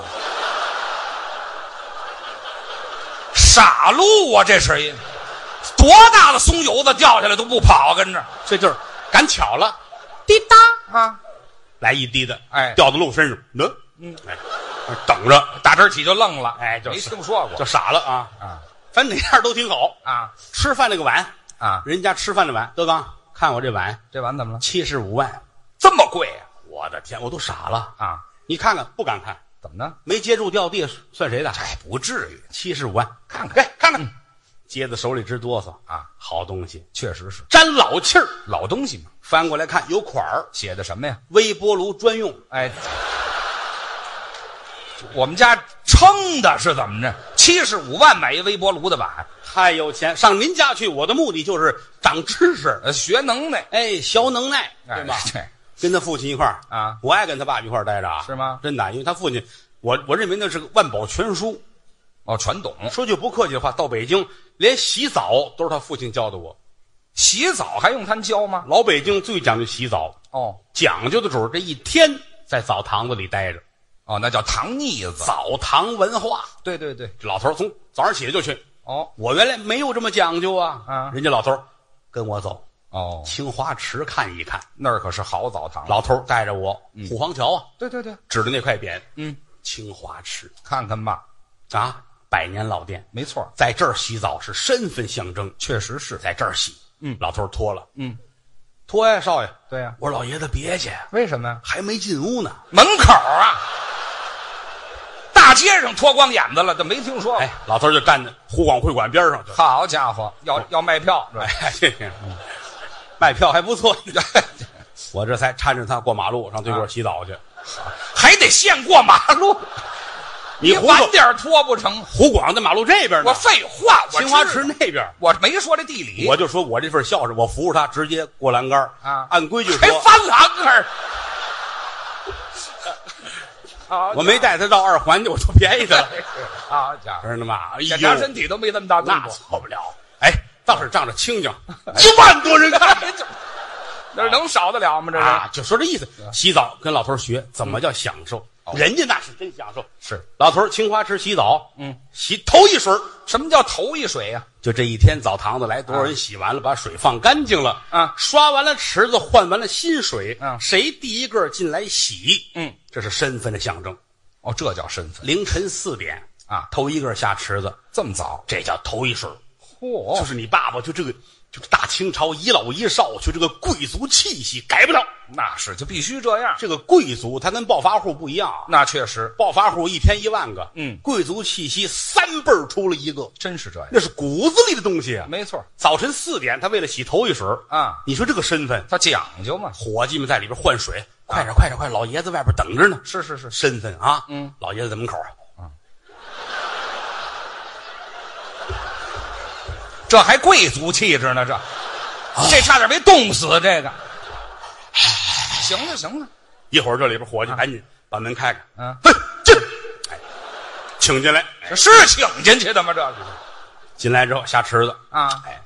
Speaker 2: 傻路啊，这是一多大的松油子掉下来都不跑，啊跟着
Speaker 1: 这就是赶巧了，滴答
Speaker 2: 啊，
Speaker 1: 来一滴的，
Speaker 2: 哎
Speaker 1: 掉到鹿身上，嗯嗯，哎，等着，
Speaker 2: 打这儿起就愣了，
Speaker 1: 哎就
Speaker 2: 没
Speaker 1: 是
Speaker 2: 听说过
Speaker 1: 就傻了啊。
Speaker 2: 啊
Speaker 1: 反正哪样都挺好。
Speaker 2: 啊
Speaker 1: 吃饭那个碗，
Speaker 2: 啊，
Speaker 1: 人家吃饭的碗，德刚看我这碗
Speaker 2: 这碗怎么了？
Speaker 1: 七十五万，
Speaker 2: 这么贵啊呀、
Speaker 1: 我的天，我都傻了。
Speaker 2: 啊？
Speaker 1: 你看看，不敢看，
Speaker 2: 怎么呢？
Speaker 1: 没接住掉地算谁的？
Speaker 2: 哎，不至于，
Speaker 1: 七十五万，
Speaker 2: 看看看看、
Speaker 1: 接在手里直哆嗦
Speaker 2: 啊，
Speaker 1: 好东西，
Speaker 2: 确实是
Speaker 1: 沾老气儿。
Speaker 2: 老东西嘛，
Speaker 1: 翻过来看，有款儿，
Speaker 2: 写的什么呀？
Speaker 1: 微波炉专用，
Speaker 2: 哎，我们家撑的是怎么着？七十五万买一微波炉的碗，
Speaker 1: 太有钱。上您家去，我的目的就是长知识，
Speaker 2: 呃，学能耐，
Speaker 1: 哎，学能耐，
Speaker 2: 哎
Speaker 1: 对吧？
Speaker 2: 对
Speaker 1: 跟他父亲一块儿
Speaker 2: 啊
Speaker 1: 我爱跟他爸一块儿待着啊，
Speaker 2: 是吗
Speaker 1: 真的，因为他父亲，我我认为那是个万宝全书。
Speaker 2: 哦，全懂，
Speaker 1: 说句不客气的话，到北京连洗澡都是他父亲教的我。
Speaker 2: 洗澡还用他们教吗？
Speaker 1: 老北京最讲究洗澡，
Speaker 2: 哦
Speaker 1: 讲究的主儿这一天在澡堂子里待着，
Speaker 2: 哦，那叫糖腻子。
Speaker 1: 澡堂文化。
Speaker 2: 对对对，
Speaker 1: 这老头儿从早上起来就去，
Speaker 2: 哦
Speaker 1: 我原来没有这么讲究啊。
Speaker 2: 啊
Speaker 1: 人家老头儿跟我走，
Speaker 2: 哦，
Speaker 1: 青花池看一看。
Speaker 2: 那儿可是好澡堂。
Speaker 1: 老头儿带着我，虎坊桥啊，
Speaker 2: 对对对，
Speaker 1: 指着那块匾，
Speaker 2: 嗯，
Speaker 1: 青花池
Speaker 2: 看看吧，
Speaker 1: 啊，百年老店，
Speaker 2: 没错，
Speaker 1: 在这儿洗澡是身份象征，
Speaker 2: 确实是。
Speaker 1: 在这儿洗。
Speaker 2: 嗯
Speaker 1: 老头儿脱了，
Speaker 2: 嗯，
Speaker 1: 脱呀，少爷。
Speaker 2: 对呀、
Speaker 1: 我说老爷子别去，
Speaker 2: 为什么呀？
Speaker 1: 还没进屋呢。
Speaker 2: 门口啊，大街上脱光眼子了，这没听说。
Speaker 1: 哎，，老头儿就站在湖广会馆边上就，
Speaker 2: 好家伙，要要卖票，对
Speaker 1: 哎，这个
Speaker 2: 嗯
Speaker 1: 卖票还不 错。
Speaker 2: 哎
Speaker 1: 我这才搀着他过马路，上对过洗澡
Speaker 2: 啊
Speaker 1: 去。
Speaker 2: 还得先过马路，
Speaker 1: 你胡
Speaker 2: 晚
Speaker 1: 广
Speaker 2: 点脱不成？
Speaker 1: 湖广在马路这边呢
Speaker 2: 我，废话，我
Speaker 1: 青花
Speaker 2: 知
Speaker 1: 池
Speaker 2: 道
Speaker 1: 那边。
Speaker 2: 我没说这地理，
Speaker 1: 我就说我这份孝顺，我扶着他直接过栏杆儿
Speaker 2: 啊
Speaker 1: 按规矩
Speaker 2: 还
Speaker 1: 说，
Speaker 2: 翻栏杆儿。好
Speaker 1: 我没带他到二环去，我就便宜他 了。
Speaker 2: 好家伙，
Speaker 1: 真的吗？哎呦
Speaker 2: 检查身体都没这么大动
Speaker 1: 那
Speaker 2: 作，
Speaker 1: 错不了。哎，倒是仗着清 静，
Speaker 2: 一万多人看， 这那能少得了吗？这
Speaker 1: 哎啊
Speaker 2: 是，嗯哦
Speaker 1: 就说这意思。洗澡跟老头儿学怎么叫享受，人家那是真享受。
Speaker 2: 是
Speaker 1: 老头儿青花池洗澡，
Speaker 2: 嗯，
Speaker 1: 洗头一水儿
Speaker 2: 什么叫头一水呀？
Speaker 1: 就这一天澡堂子来多少人洗完了，把水放干净了
Speaker 2: 啊
Speaker 1: 刷完了池子，换完了新水，
Speaker 2: 嗯
Speaker 1: 谁第一个进来洗，
Speaker 2: 嗯，
Speaker 1: 这是身份的象征。
Speaker 2: 哦，这叫身份，
Speaker 1: 凌晨四点
Speaker 2: 啊
Speaker 1: 头一个下池子，
Speaker 2: 这么早？
Speaker 1: 这叫头一水儿。
Speaker 2: 嚯
Speaker 1: 就！是你爸爸就这个，就是大清朝一老一少，就这个贵族气息改不了。
Speaker 2: 那是就必须这样，
Speaker 1: 这个贵族他跟暴发户不一样啊，
Speaker 2: 那确实
Speaker 1: 暴发户一天一万个，
Speaker 2: 嗯
Speaker 1: 贵族气息三辈儿出了一个，
Speaker 2: 真是这样，
Speaker 1: 那是骨子里的东西啊。
Speaker 2: 没错，
Speaker 1: 早晨四点，他为了洗头一水儿
Speaker 2: 啊
Speaker 1: 你说这个身份，
Speaker 2: 他讲究嘛。
Speaker 1: 伙计们在里边换水，快点快点快点，老爷子外边等着呢。
Speaker 2: 是是是，
Speaker 1: 身份啊，
Speaker 2: 嗯，
Speaker 1: 老爷子在门口啊，
Speaker 2: 这还贵族气质呢，这这差点没冻死。这个，行了行了，
Speaker 1: 一会儿这里边伙计赶紧把门开开，
Speaker 2: 嗯
Speaker 1: 嘿，进，哎，请进来。
Speaker 2: 哎这是请进去的吗？这是
Speaker 1: 进来之后下池子，
Speaker 2: 啊
Speaker 1: 哎，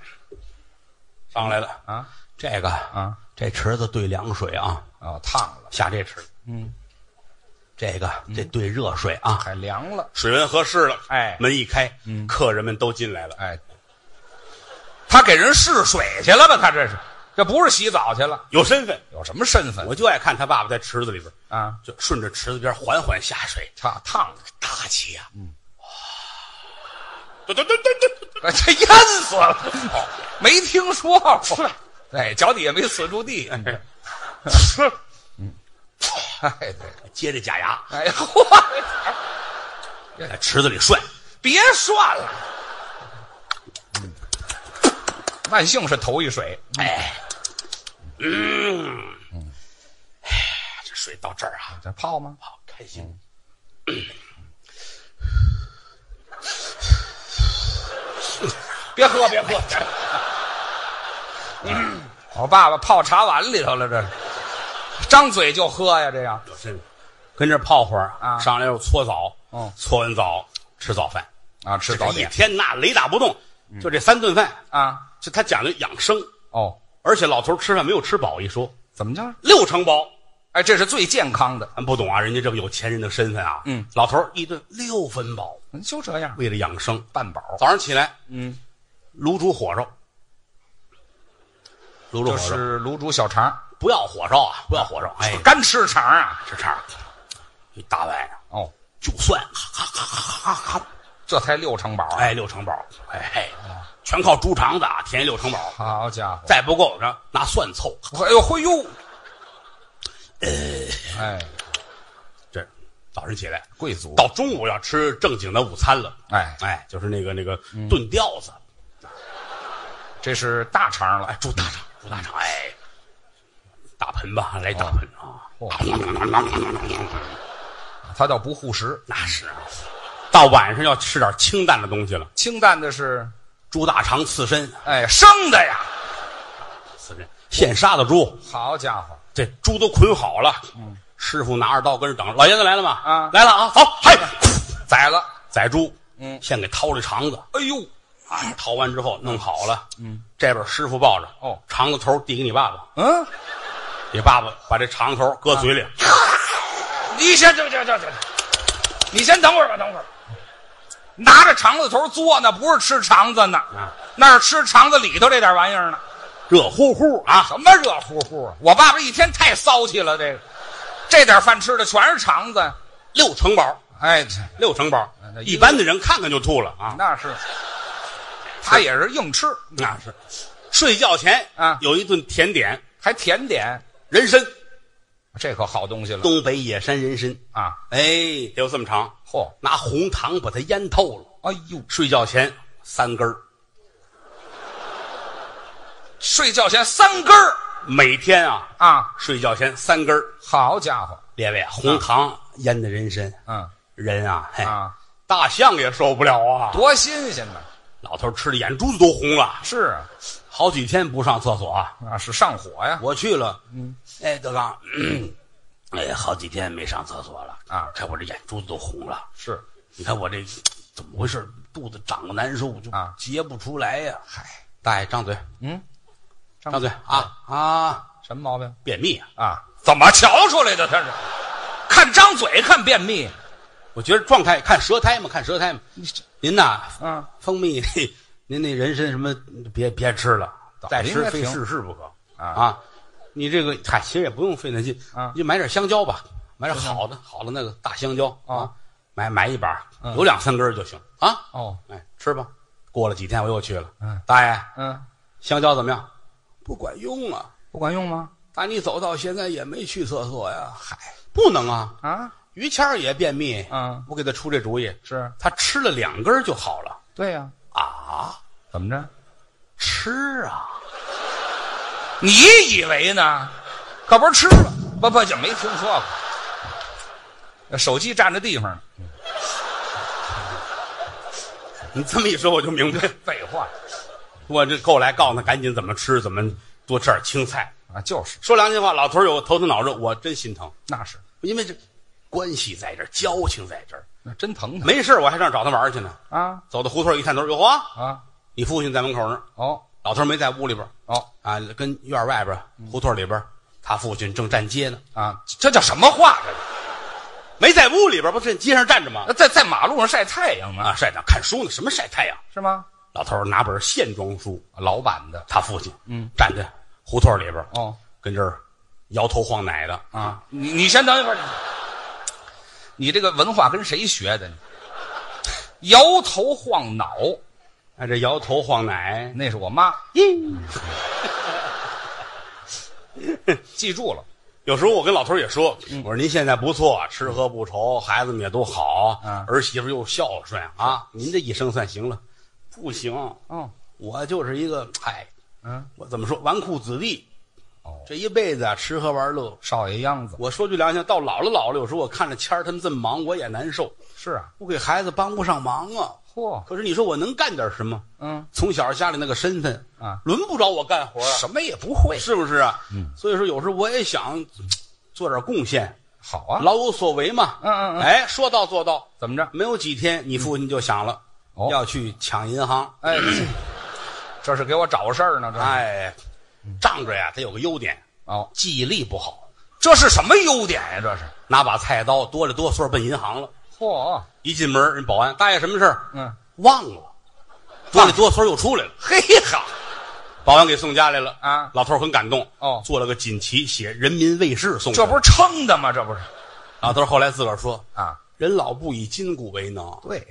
Speaker 1: 上来了，
Speaker 2: 啊
Speaker 1: 这个
Speaker 2: 啊，
Speaker 1: 这池子兑凉水啊，
Speaker 2: 哦，烫了，
Speaker 1: 下这池，
Speaker 2: 嗯，
Speaker 1: 这个得兑热水啊，
Speaker 2: 还凉了，
Speaker 1: 嗯水温合适了，
Speaker 2: 哎
Speaker 1: 门一开，嗯，客人们都进来了，
Speaker 2: 哎，他给人试水去了吧？他这是，这不是洗澡去了，
Speaker 1: 有身份，
Speaker 2: 有什么身份
Speaker 1: 我就爱看他爸爸在池子里边，
Speaker 2: 啊？
Speaker 1: 就顺着池子边缓缓下水，
Speaker 2: 他烫了，
Speaker 1: 大气呀，嗯，哇，噔噔噔噔噔，
Speaker 2: 哎这淹死 了，哦没听说过。哎，脚底下没死住地。 哎，
Speaker 1: 呲
Speaker 2: 对，
Speaker 1: 接着假牙
Speaker 2: 哎 呀，嚯！
Speaker 1: 在池子里涮，
Speaker 2: 别涮了。万幸是头一水，
Speaker 1: 哎，嗯，哎，这水到这儿啊，
Speaker 2: 这泡吗？
Speaker 1: 好开心。
Speaker 2: 别喝，别喝。嗯我爸爸泡茶碗里头了，这是张嘴就喝呀，这样
Speaker 1: 有身份，跟这儿泡会儿
Speaker 2: 啊
Speaker 1: 上来又搓澡，
Speaker 2: 哦
Speaker 1: 搓完澡吃早饭，
Speaker 2: 啊，吃
Speaker 1: 这一天那雷打不动，
Speaker 2: 嗯
Speaker 1: 就这三顿饭，
Speaker 2: 啊。
Speaker 1: 就他讲究养生，
Speaker 2: 哦，
Speaker 1: 而且老头儿吃饭没有吃饱一说，
Speaker 2: 怎么叫？
Speaker 1: 六成饱，
Speaker 2: 哎，这是最健康的，
Speaker 1: 咱不懂啊，人家这个有钱人的身份啊，
Speaker 2: 嗯，
Speaker 1: 老头儿一顿六分饱，
Speaker 2: 就这样，
Speaker 1: 为了养生，
Speaker 2: 半饱。
Speaker 1: 早上起来
Speaker 2: 嗯，
Speaker 1: 卤煮火烧，卤煮
Speaker 2: 就
Speaker 1: 火烧，
Speaker 2: 是卤煮小肠，
Speaker 1: 不要火烧啊，不要火烧，哎，
Speaker 2: 干吃肠啊。
Speaker 1: 吃肠，一大碗啊
Speaker 2: 哦，
Speaker 1: 就蒜，哈哈哈哈哈哈。
Speaker 2: 这才六成饱。，啊
Speaker 1: 哎，六成饱，哎嘿，全靠猪肠子啊，填六成饱，
Speaker 2: 好家伙！
Speaker 1: 再不够呢，拿蒜凑，
Speaker 2: 哎呦，嘿呦，哎，
Speaker 1: 这早晨起来，
Speaker 2: 贵族
Speaker 1: 到中午要吃正经的午餐了，
Speaker 2: 哎
Speaker 1: 哎，就是那个那个炖吊子，
Speaker 2: 这是大肠了，
Speaker 1: 哎，猪大肠，猪大肠，哎，大盆吧，来大盆啊，
Speaker 2: 他倒不护食。
Speaker 1: 那是啊，到晚上要吃点清淡的东西了，
Speaker 2: 清淡的是，
Speaker 1: 猪大肠刺身，
Speaker 2: 哎，生的呀，
Speaker 1: 刺身现杀的猪，
Speaker 2: 好家伙，
Speaker 1: 这猪都捆好了，师傅拿着刀跟着等着，老爷子来了吗？
Speaker 2: 啊
Speaker 1: 来了啊，走，嘿。
Speaker 2: 宰了，
Speaker 1: 宰猪，
Speaker 2: 嗯
Speaker 1: 先给掏这肠子，
Speaker 2: 哎呦，
Speaker 1: 啊，淘完之后弄好了，嗯，这边师傅抱着，
Speaker 2: 哦
Speaker 1: 肠子头递给你爸爸，
Speaker 2: 嗯，
Speaker 1: 你爸爸把这肠子头搁嘴里，
Speaker 2: 你先这这这这，你先等会儿吧，等会儿。拿着肠子头嘬呢，不是吃肠子呢，
Speaker 1: 啊
Speaker 2: 那是吃肠子里头这点玩意儿呢。
Speaker 1: 热乎乎啊，
Speaker 2: 什么热乎乎啊！我爸爸一天太骚气了，这个，这点饭吃的全是肠子。
Speaker 1: 六成饱，
Speaker 2: 哎，
Speaker 1: 六成饱
Speaker 2: 嗯那，
Speaker 1: 啊一般的人看看就吐了啊，
Speaker 2: 那是，他也是硬吃，
Speaker 1: 那啊是。睡觉前
Speaker 2: 啊
Speaker 1: 有一顿甜点，
Speaker 2: 还甜点，
Speaker 1: 人参，
Speaker 2: 这可好东西了
Speaker 1: 东北野山人参，
Speaker 2: 啊！
Speaker 1: 哎，得有这么长，
Speaker 2: 嚯，
Speaker 1: 拿红糖把它腌透了。
Speaker 2: 哎呦，
Speaker 1: 睡觉前三根儿，
Speaker 2: 睡觉前三根儿
Speaker 1: 每天啊，
Speaker 2: 啊！
Speaker 1: 睡觉前三根儿。
Speaker 2: 好家伙，
Speaker 1: 列位，啊红糖腌的人参，
Speaker 2: 嗯
Speaker 1: 人啊，嘿，
Speaker 2: 啊，
Speaker 1: 大象也受不了啊！
Speaker 2: 多新鲜呢！
Speaker 1: 老头吃的眼珠子都红了，
Speaker 2: 是啊，
Speaker 1: 好几天不上厕所啊。
Speaker 2: 啊是上火呀！
Speaker 1: 我去了，嗯，哎，德刚， 咳哎，好几天没上厕所了
Speaker 2: 啊
Speaker 1: 看我这眼珠子都红了，
Speaker 2: 是，
Speaker 1: 你看我这怎么回事？肚子长得难受，就
Speaker 2: 啊
Speaker 1: 结不出来呀、
Speaker 2: 嗨，
Speaker 1: 大爷，张嘴，
Speaker 2: 嗯，张
Speaker 1: 张嘴啊啊！
Speaker 2: 什么毛病
Speaker 1: 便秘啊！
Speaker 2: 啊？怎么瞧出来的？他是看张嘴看便秘，
Speaker 1: 我觉得状态看舌苔嘛，看舌苔嘛。您呐，
Speaker 2: 嗯，
Speaker 1: 蜂蜜，嘿您那人参什么，别别吃了，
Speaker 2: 早
Speaker 1: 再
Speaker 2: 应
Speaker 1: 吃
Speaker 2: 该
Speaker 1: 非
Speaker 2: 停
Speaker 1: 试试不可
Speaker 2: 啊
Speaker 1: 你这个嗨，其实也不用费那劲
Speaker 2: 啊
Speaker 1: 你就买点香蕉吧，买点好的好的那个大香蕉
Speaker 2: 啊，
Speaker 1: 买买一把
Speaker 2: 嗯，
Speaker 1: 有两三根儿就行啊。
Speaker 2: 哦，
Speaker 1: 哎，吃吧。过了几天我又去了，
Speaker 2: 嗯，
Speaker 1: 大爷，
Speaker 2: 嗯，
Speaker 1: 香蕉怎么样？不管用啊！
Speaker 2: 不管用吗？
Speaker 1: 打你走到现在也没去厕所呀。嗨，不能啊！
Speaker 2: 啊，
Speaker 1: 于谦儿也便秘，
Speaker 2: 嗯
Speaker 1: 我给他出这主意，
Speaker 2: 是
Speaker 1: 他吃了两根儿就好了
Speaker 2: 对呀，
Speaker 1: 啊。
Speaker 2: 怎么着？
Speaker 1: 吃啊，
Speaker 2: 你以为呢？可不是吃了，不不就没听说过。手机占着地方呢，
Speaker 1: 你这么一说我就明白，
Speaker 2: 废话
Speaker 1: 我这后来告诉他赶紧怎么吃，怎么多吃点青菜。
Speaker 2: 啊，就是
Speaker 1: 说良心话，老头儿有头疼脑热，我真心疼，
Speaker 2: 那是，
Speaker 1: 因为这关系在这儿，交情在这儿，
Speaker 2: 那真疼他
Speaker 1: 没事儿我还上找他玩儿去呢。
Speaker 2: 啊
Speaker 1: 走到胡同儿一探头，哟呵，
Speaker 2: 啊
Speaker 1: 你父亲在门口呢，
Speaker 2: 哦
Speaker 1: 老头儿没在屋里边儿
Speaker 2: 哦
Speaker 1: 啊，跟院儿外边儿胡同里边儿，他父亲正站街呢，
Speaker 2: 啊，这叫什么话？
Speaker 1: 没在屋里边儿，不是街上站着吗
Speaker 2: 这？在在马路上晒太阳呢，
Speaker 1: 啊，晒太阳看书呢，什么晒太阳？
Speaker 2: 是吗？
Speaker 1: 老头儿拿本线装书，
Speaker 2: 老板的
Speaker 1: 他父亲，
Speaker 2: 嗯，
Speaker 1: 站在胡同里边儿，
Speaker 2: 哦
Speaker 1: 跟这儿摇头晃脑的，
Speaker 2: 啊，你你先等一会儿，你这个文化跟谁学的？你摇头晃脑，
Speaker 1: 哎，这摇头晃脑，
Speaker 2: 那是我妈， 记住了
Speaker 1: 有时候我跟老头儿也说，
Speaker 2: 嗯
Speaker 1: 我说您现在不错，吃喝不愁，孩子们也都好，
Speaker 2: 嗯
Speaker 1: 儿媳妇又孝顺啊，您这一生算行了，不行，
Speaker 2: 哦，
Speaker 1: 我就是一个，哎，
Speaker 2: 嗯，
Speaker 1: 我怎么说，纨绔子弟，
Speaker 2: 哦
Speaker 1: 这一辈子啊，吃喝玩乐。
Speaker 2: 少爷样子
Speaker 1: 我说句良心，到老了老了，有时候我看着谦儿他们这么忙，我也难受，
Speaker 2: 是啊，
Speaker 1: 我给孩子帮不上忙啊。
Speaker 2: 嚯，
Speaker 1: 可是你说我能干点什么？
Speaker 2: 嗯，
Speaker 1: 从小家里那个身份
Speaker 2: 啊
Speaker 1: 轮不着我干活啊，
Speaker 2: 什么也不会，
Speaker 1: 是不是啊？嗯，所以说有时候我也想做点贡献，
Speaker 2: 好啊，
Speaker 1: 老有所为嘛。
Speaker 2: 嗯嗯嗯
Speaker 1: 哎，说到做到，
Speaker 2: 怎么着？
Speaker 1: 没有几天，你父亲就想了，
Speaker 2: 哦
Speaker 1: 要去抢银行。
Speaker 2: 哎，这是给我找事儿呢，这是
Speaker 1: 哎，仗着呀，他有个优点，
Speaker 2: 哦，
Speaker 1: 记忆力不好，
Speaker 2: 这是什么优点呀？这是，
Speaker 1: 拿把菜刀哆里哆嗦奔银行了。
Speaker 2: 嚯，
Speaker 1: 一进门，人保安大爷什么事儿？
Speaker 2: 嗯，
Speaker 1: 忘了，哆里哆嗦又出来了。
Speaker 2: 嘿哈，
Speaker 1: 保安给送家来了
Speaker 2: 啊
Speaker 1: 老头儿很感动
Speaker 2: 哦
Speaker 1: 做了个锦旗，写“人民卫士”送去
Speaker 2: 这不是撑的吗？这不是
Speaker 1: 老头儿后来自个儿说
Speaker 2: 啊？：“
Speaker 1: 人老不以筋骨为挠，
Speaker 2: 对，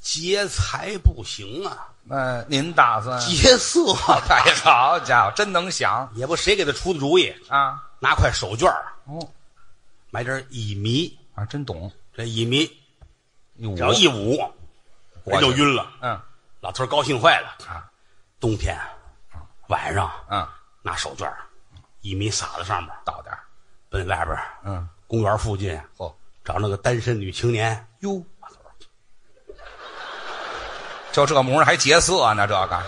Speaker 1: 劫财不行啊，
Speaker 2: 那您打算？
Speaker 1: 劫色啊
Speaker 2: 哎，好家伙，真能想
Speaker 1: 也不谁给他出的主意，
Speaker 2: 啊！
Speaker 1: 拿块手绢儿
Speaker 2: 哦，
Speaker 1: 买点乙醚，
Speaker 2: 啊，真懂，
Speaker 1: 这乙醚只要
Speaker 2: 有
Speaker 1: 一捂，人就晕了。
Speaker 2: 嗯
Speaker 1: 老头儿高兴坏了
Speaker 2: 啊，
Speaker 1: 冬天晚上
Speaker 2: 嗯，
Speaker 1: 拿手绢儿乙醚撒在上面，
Speaker 2: 倒点儿
Speaker 1: 奔外边儿
Speaker 2: 嗯，
Speaker 1: 公园附近
Speaker 2: 嚯
Speaker 1: 找那个单身女青年。”
Speaker 2: 哟，就这模样还劫色呢？这个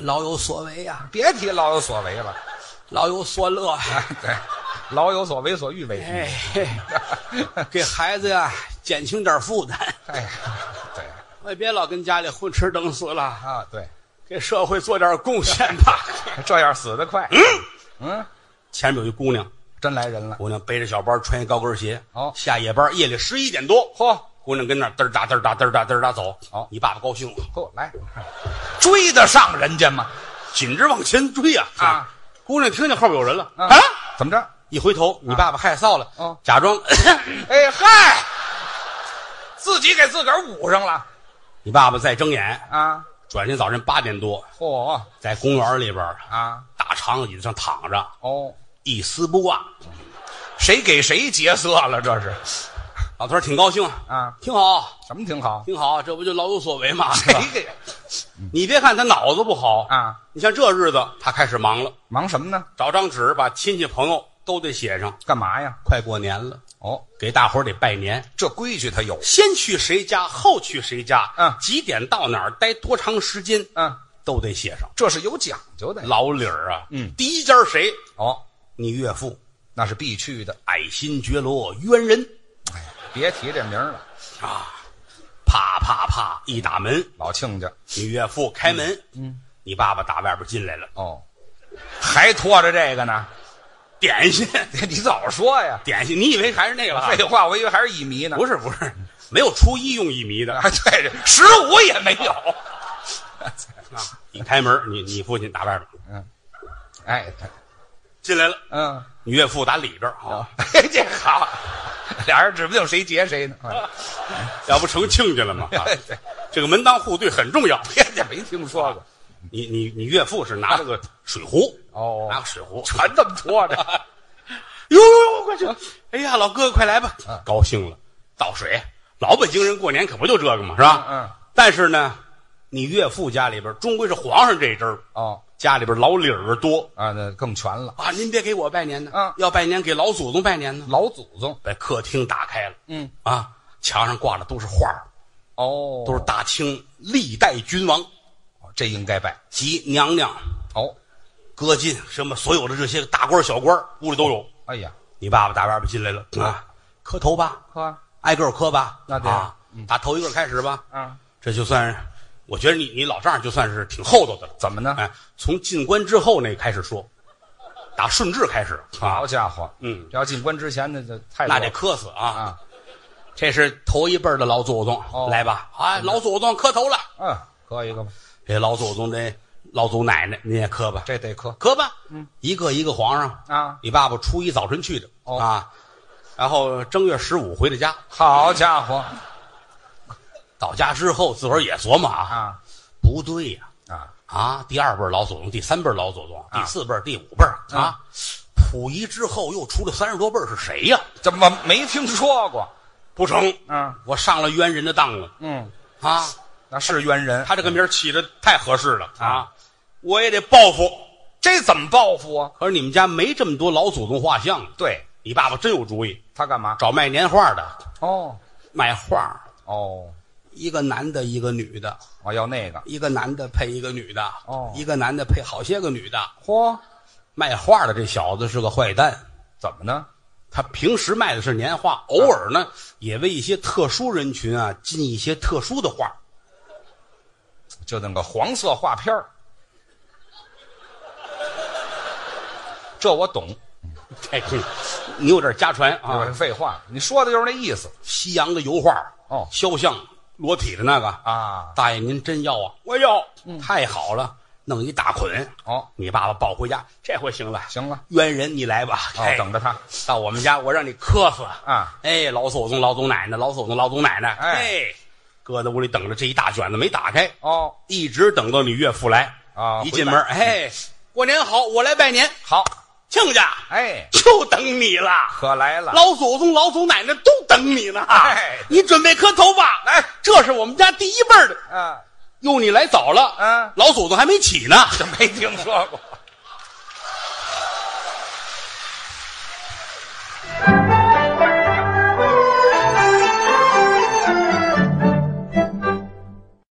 Speaker 1: 老有所为呀、
Speaker 2: 别提老有所为了，
Speaker 1: 老有所乐。啊
Speaker 2: 哎 对，老有所为所欲为之。
Speaker 1: 哎， 嘿给孩子呀、减轻点负担。
Speaker 2: 哎，对，
Speaker 1: 哎，别老跟家里混吃等死了，
Speaker 2: 啊，对，
Speaker 1: 给社会做点贡献吧。
Speaker 2: 这样死得快。嗯，
Speaker 1: 前面有一姑娘，
Speaker 2: 真来人了。
Speaker 1: 姑娘背着小包，穿一高跟鞋，
Speaker 2: 哦
Speaker 1: 下夜班，夜里十一点多，
Speaker 2: 嚯
Speaker 1: 姑娘跟那儿嘚儿哒嘚儿哒嘚儿哒嘚儿哒走。
Speaker 2: 哦
Speaker 1: 你爸爸高兴了，
Speaker 2: 嚯，来，追得上人家吗？
Speaker 1: 紧着往前追呀
Speaker 2: 啊！
Speaker 1: 姑娘听见后边有人了
Speaker 2: 啊
Speaker 1: 啊，
Speaker 2: 怎么着？
Speaker 1: 一回头，你爸爸害臊了，
Speaker 2: 哦
Speaker 1: 假装，
Speaker 2: 哎嗨，自己给自个儿捂上了
Speaker 1: 你爸爸再睁眼，
Speaker 2: 啊！
Speaker 1: 转天早晨八点多，
Speaker 2: 嚯
Speaker 1: 在公园里边儿
Speaker 2: 啊
Speaker 1: 大长椅子上躺着，
Speaker 2: 哦，
Speaker 1: 一丝不挂。
Speaker 2: 谁给谁劫色了？这是
Speaker 1: 老头儿挺高兴
Speaker 2: 啊，
Speaker 1: 挺好，
Speaker 2: 什么 挺好？
Speaker 1: 挺好，这不就老有所为吗？
Speaker 2: 谁给
Speaker 1: 你别看他脑子不好
Speaker 2: 啊，
Speaker 1: 你像这日子，他开始忙了，
Speaker 2: 忙什么呢？
Speaker 1: 找张纸把亲戚朋友都得写上。
Speaker 2: 干嘛呀？
Speaker 1: 快过年了，
Speaker 2: 哦，
Speaker 1: 给大伙儿得拜年，
Speaker 2: 这规矩他有。
Speaker 1: 先去谁家，后去谁家，
Speaker 2: 嗯
Speaker 1: 几点到哪儿，待多长时间，
Speaker 2: 嗯，
Speaker 1: 都得写上。
Speaker 2: 这是有讲究的。
Speaker 1: 老理儿啊，
Speaker 2: 嗯
Speaker 1: 第一家谁？
Speaker 2: 哦，
Speaker 1: 你岳父，
Speaker 2: 那是必去的。
Speaker 1: 爱新觉罗冤人
Speaker 2: 别提这名儿了，
Speaker 1: 啊！啪啪啪，一打门，
Speaker 2: 老亲家。
Speaker 1: 你岳父开门，嗯，你爸爸打外边进来了，
Speaker 2: 哦，还拖着这个呢？
Speaker 1: 点心，
Speaker 2: 你早说呀！
Speaker 1: 点心，你以为还是那个啊
Speaker 2: 废话，我以为还是乙醚呢。
Speaker 1: 不是不是，没有初一用一米的。
Speaker 2: 哎，对对，十五也没有。
Speaker 1: 你开门，你你父亲打外边
Speaker 2: 哎，
Speaker 1: 进来了，
Speaker 2: 嗯，
Speaker 1: 你岳父打里边啊，
Speaker 2: 嘿，这好，俩人指不定谁劫谁呢。
Speaker 1: 要不成亲家了 吗？啊
Speaker 2: 哎对，
Speaker 1: 这个门当户对很重要。
Speaker 2: 这没听说过。
Speaker 1: 你你你岳父是拿了个水壶，
Speaker 2: 哦
Speaker 1: 拿个水壶，
Speaker 2: 全这么拖着，
Speaker 1: 哟呦呦，快去！哎呀，老哥哥快来吧，高兴了，倒水。老北京人过年可不就这个嘛，是吧？
Speaker 2: 嗯嗯
Speaker 1: 但是呢，你岳父家里边终归是皇上这一支儿，
Speaker 2: 哦
Speaker 1: 家里边老理儿多
Speaker 2: 啊，那更全了。
Speaker 1: 啊。您别给我拜年呢，
Speaker 2: 嗯
Speaker 1: 要拜年给老祖宗拜年呢。
Speaker 2: 老祖宗，
Speaker 1: 把客厅打开了，
Speaker 2: 嗯，
Speaker 1: 啊，墙上挂的都是画儿
Speaker 2: 哦
Speaker 1: 都是大清历代君王
Speaker 2: 这应该拜。
Speaker 1: 及娘娘、
Speaker 2: 哦，
Speaker 1: 歌进什么所有的这些大官儿小官儿屋里都有。
Speaker 2: 哎呀，
Speaker 1: 你爸爸打外边进来了啊，磕头吧，
Speaker 2: 呵，
Speaker 1: 挨个儿磕吧，
Speaker 2: 那得嗯
Speaker 1: 啊，打头一个开始吧，
Speaker 2: 啊，
Speaker 1: 这就算是，我觉得你你老丈人就算是挺厚道的了。
Speaker 2: 怎么呢？
Speaker 1: 哎，从进关之后那开始说，打顺治开始啊
Speaker 2: 好，家伙，
Speaker 1: 嗯
Speaker 2: 这要进关之前那就太多
Speaker 1: 那
Speaker 2: 了
Speaker 1: 得磕死啊。
Speaker 2: 啊，
Speaker 1: 这是头一辈儿的老祖宗，
Speaker 2: 哦
Speaker 1: 来吧，啊，老祖宗磕头了。
Speaker 2: 嗯，磕一个吧，
Speaker 1: 这老祖宗这老祖奶奶，您也磕吧，
Speaker 2: 这得磕
Speaker 1: 磕吧，嗯，一个一个皇上
Speaker 2: 啊
Speaker 1: 你爸爸初一早晨去的、
Speaker 2: 哦
Speaker 1: 啊，然后正月十五回的家，
Speaker 2: 好家伙
Speaker 1: 到家之后自个儿也琢磨啊，
Speaker 2: 啊
Speaker 1: 不对呀、
Speaker 2: 啊，
Speaker 1: 啊，第二辈儿老祖宗，第三辈儿老祖宗，
Speaker 2: 啊
Speaker 1: 第四辈儿、第五辈儿啊，溥仪之后又出了三十多辈儿是谁呀、
Speaker 2: 怎么没听说过？
Speaker 1: 不成，
Speaker 2: 嗯
Speaker 1: 我上了冤人的当了
Speaker 2: 嗯，
Speaker 1: 啊！
Speaker 2: 那是冤人，
Speaker 1: 他这个名儿起的太合适了
Speaker 2: 啊
Speaker 1: 啊，我也得报复。
Speaker 2: 这怎么报复啊？
Speaker 1: 可是你们家没这么多老祖宗画像，
Speaker 2: 对
Speaker 1: 你爸爸真有主意，
Speaker 2: 他干嘛？
Speaker 1: 找卖年画的，
Speaker 2: 哦
Speaker 1: 卖画，
Speaker 2: 哦，
Speaker 1: 一个男的，一个女的，
Speaker 2: 我要那个，
Speaker 1: 一个男的配一个女的，
Speaker 2: 哦
Speaker 1: 一个男的配好些个女的。
Speaker 2: 嚯，
Speaker 1: 卖画的这小子是个坏蛋，
Speaker 2: 怎么呢？
Speaker 1: 他平时卖的是年
Speaker 2: 啊
Speaker 1: 画，偶尔呢也为一些特殊人群啊进一些特殊的画。
Speaker 2: 就那个黄色画片 儿，这我懂，
Speaker 1: 哎，你有点家传
Speaker 2: 这
Speaker 1: 啊，
Speaker 2: 废话，你说的就是那意思
Speaker 1: 西洋的油画
Speaker 2: 哦
Speaker 1: 肖像裸体的那个啊，
Speaker 2: 啊。
Speaker 1: 大爷您真要啊？我要，太好了，弄一大捆。
Speaker 2: 哦，
Speaker 1: 你爸爸抱回家，这回行了，
Speaker 2: 行了，
Speaker 1: 冤人你来吧，
Speaker 2: 哦
Speaker 1: 哎，
Speaker 2: 等着他
Speaker 1: 到我们家，我让你磕死
Speaker 2: 啊！
Speaker 1: 哎，老祖宗、老祖奶奶、老祖宗、老祖奶奶，
Speaker 2: 哎
Speaker 1: 哎，搁在屋里等着，这一大卷子没打开，
Speaker 2: 哦，
Speaker 1: 一直等到你岳父来
Speaker 2: 啊
Speaker 1: 一进门，哎，过年好，我来拜年，
Speaker 2: 好，
Speaker 1: 亲家，
Speaker 2: 哎，
Speaker 1: 就等你了，
Speaker 2: 可来了，
Speaker 1: 老祖宗、老祖奶奶都等你呢，
Speaker 2: 哎
Speaker 1: 你准备磕头吧，
Speaker 2: 哎，
Speaker 1: 这是我们 家第一辈儿的，
Speaker 2: 啊，
Speaker 1: 哟，你来早了，
Speaker 2: 嗯
Speaker 1: 老祖宗还没起呢，
Speaker 2: 这没听说过，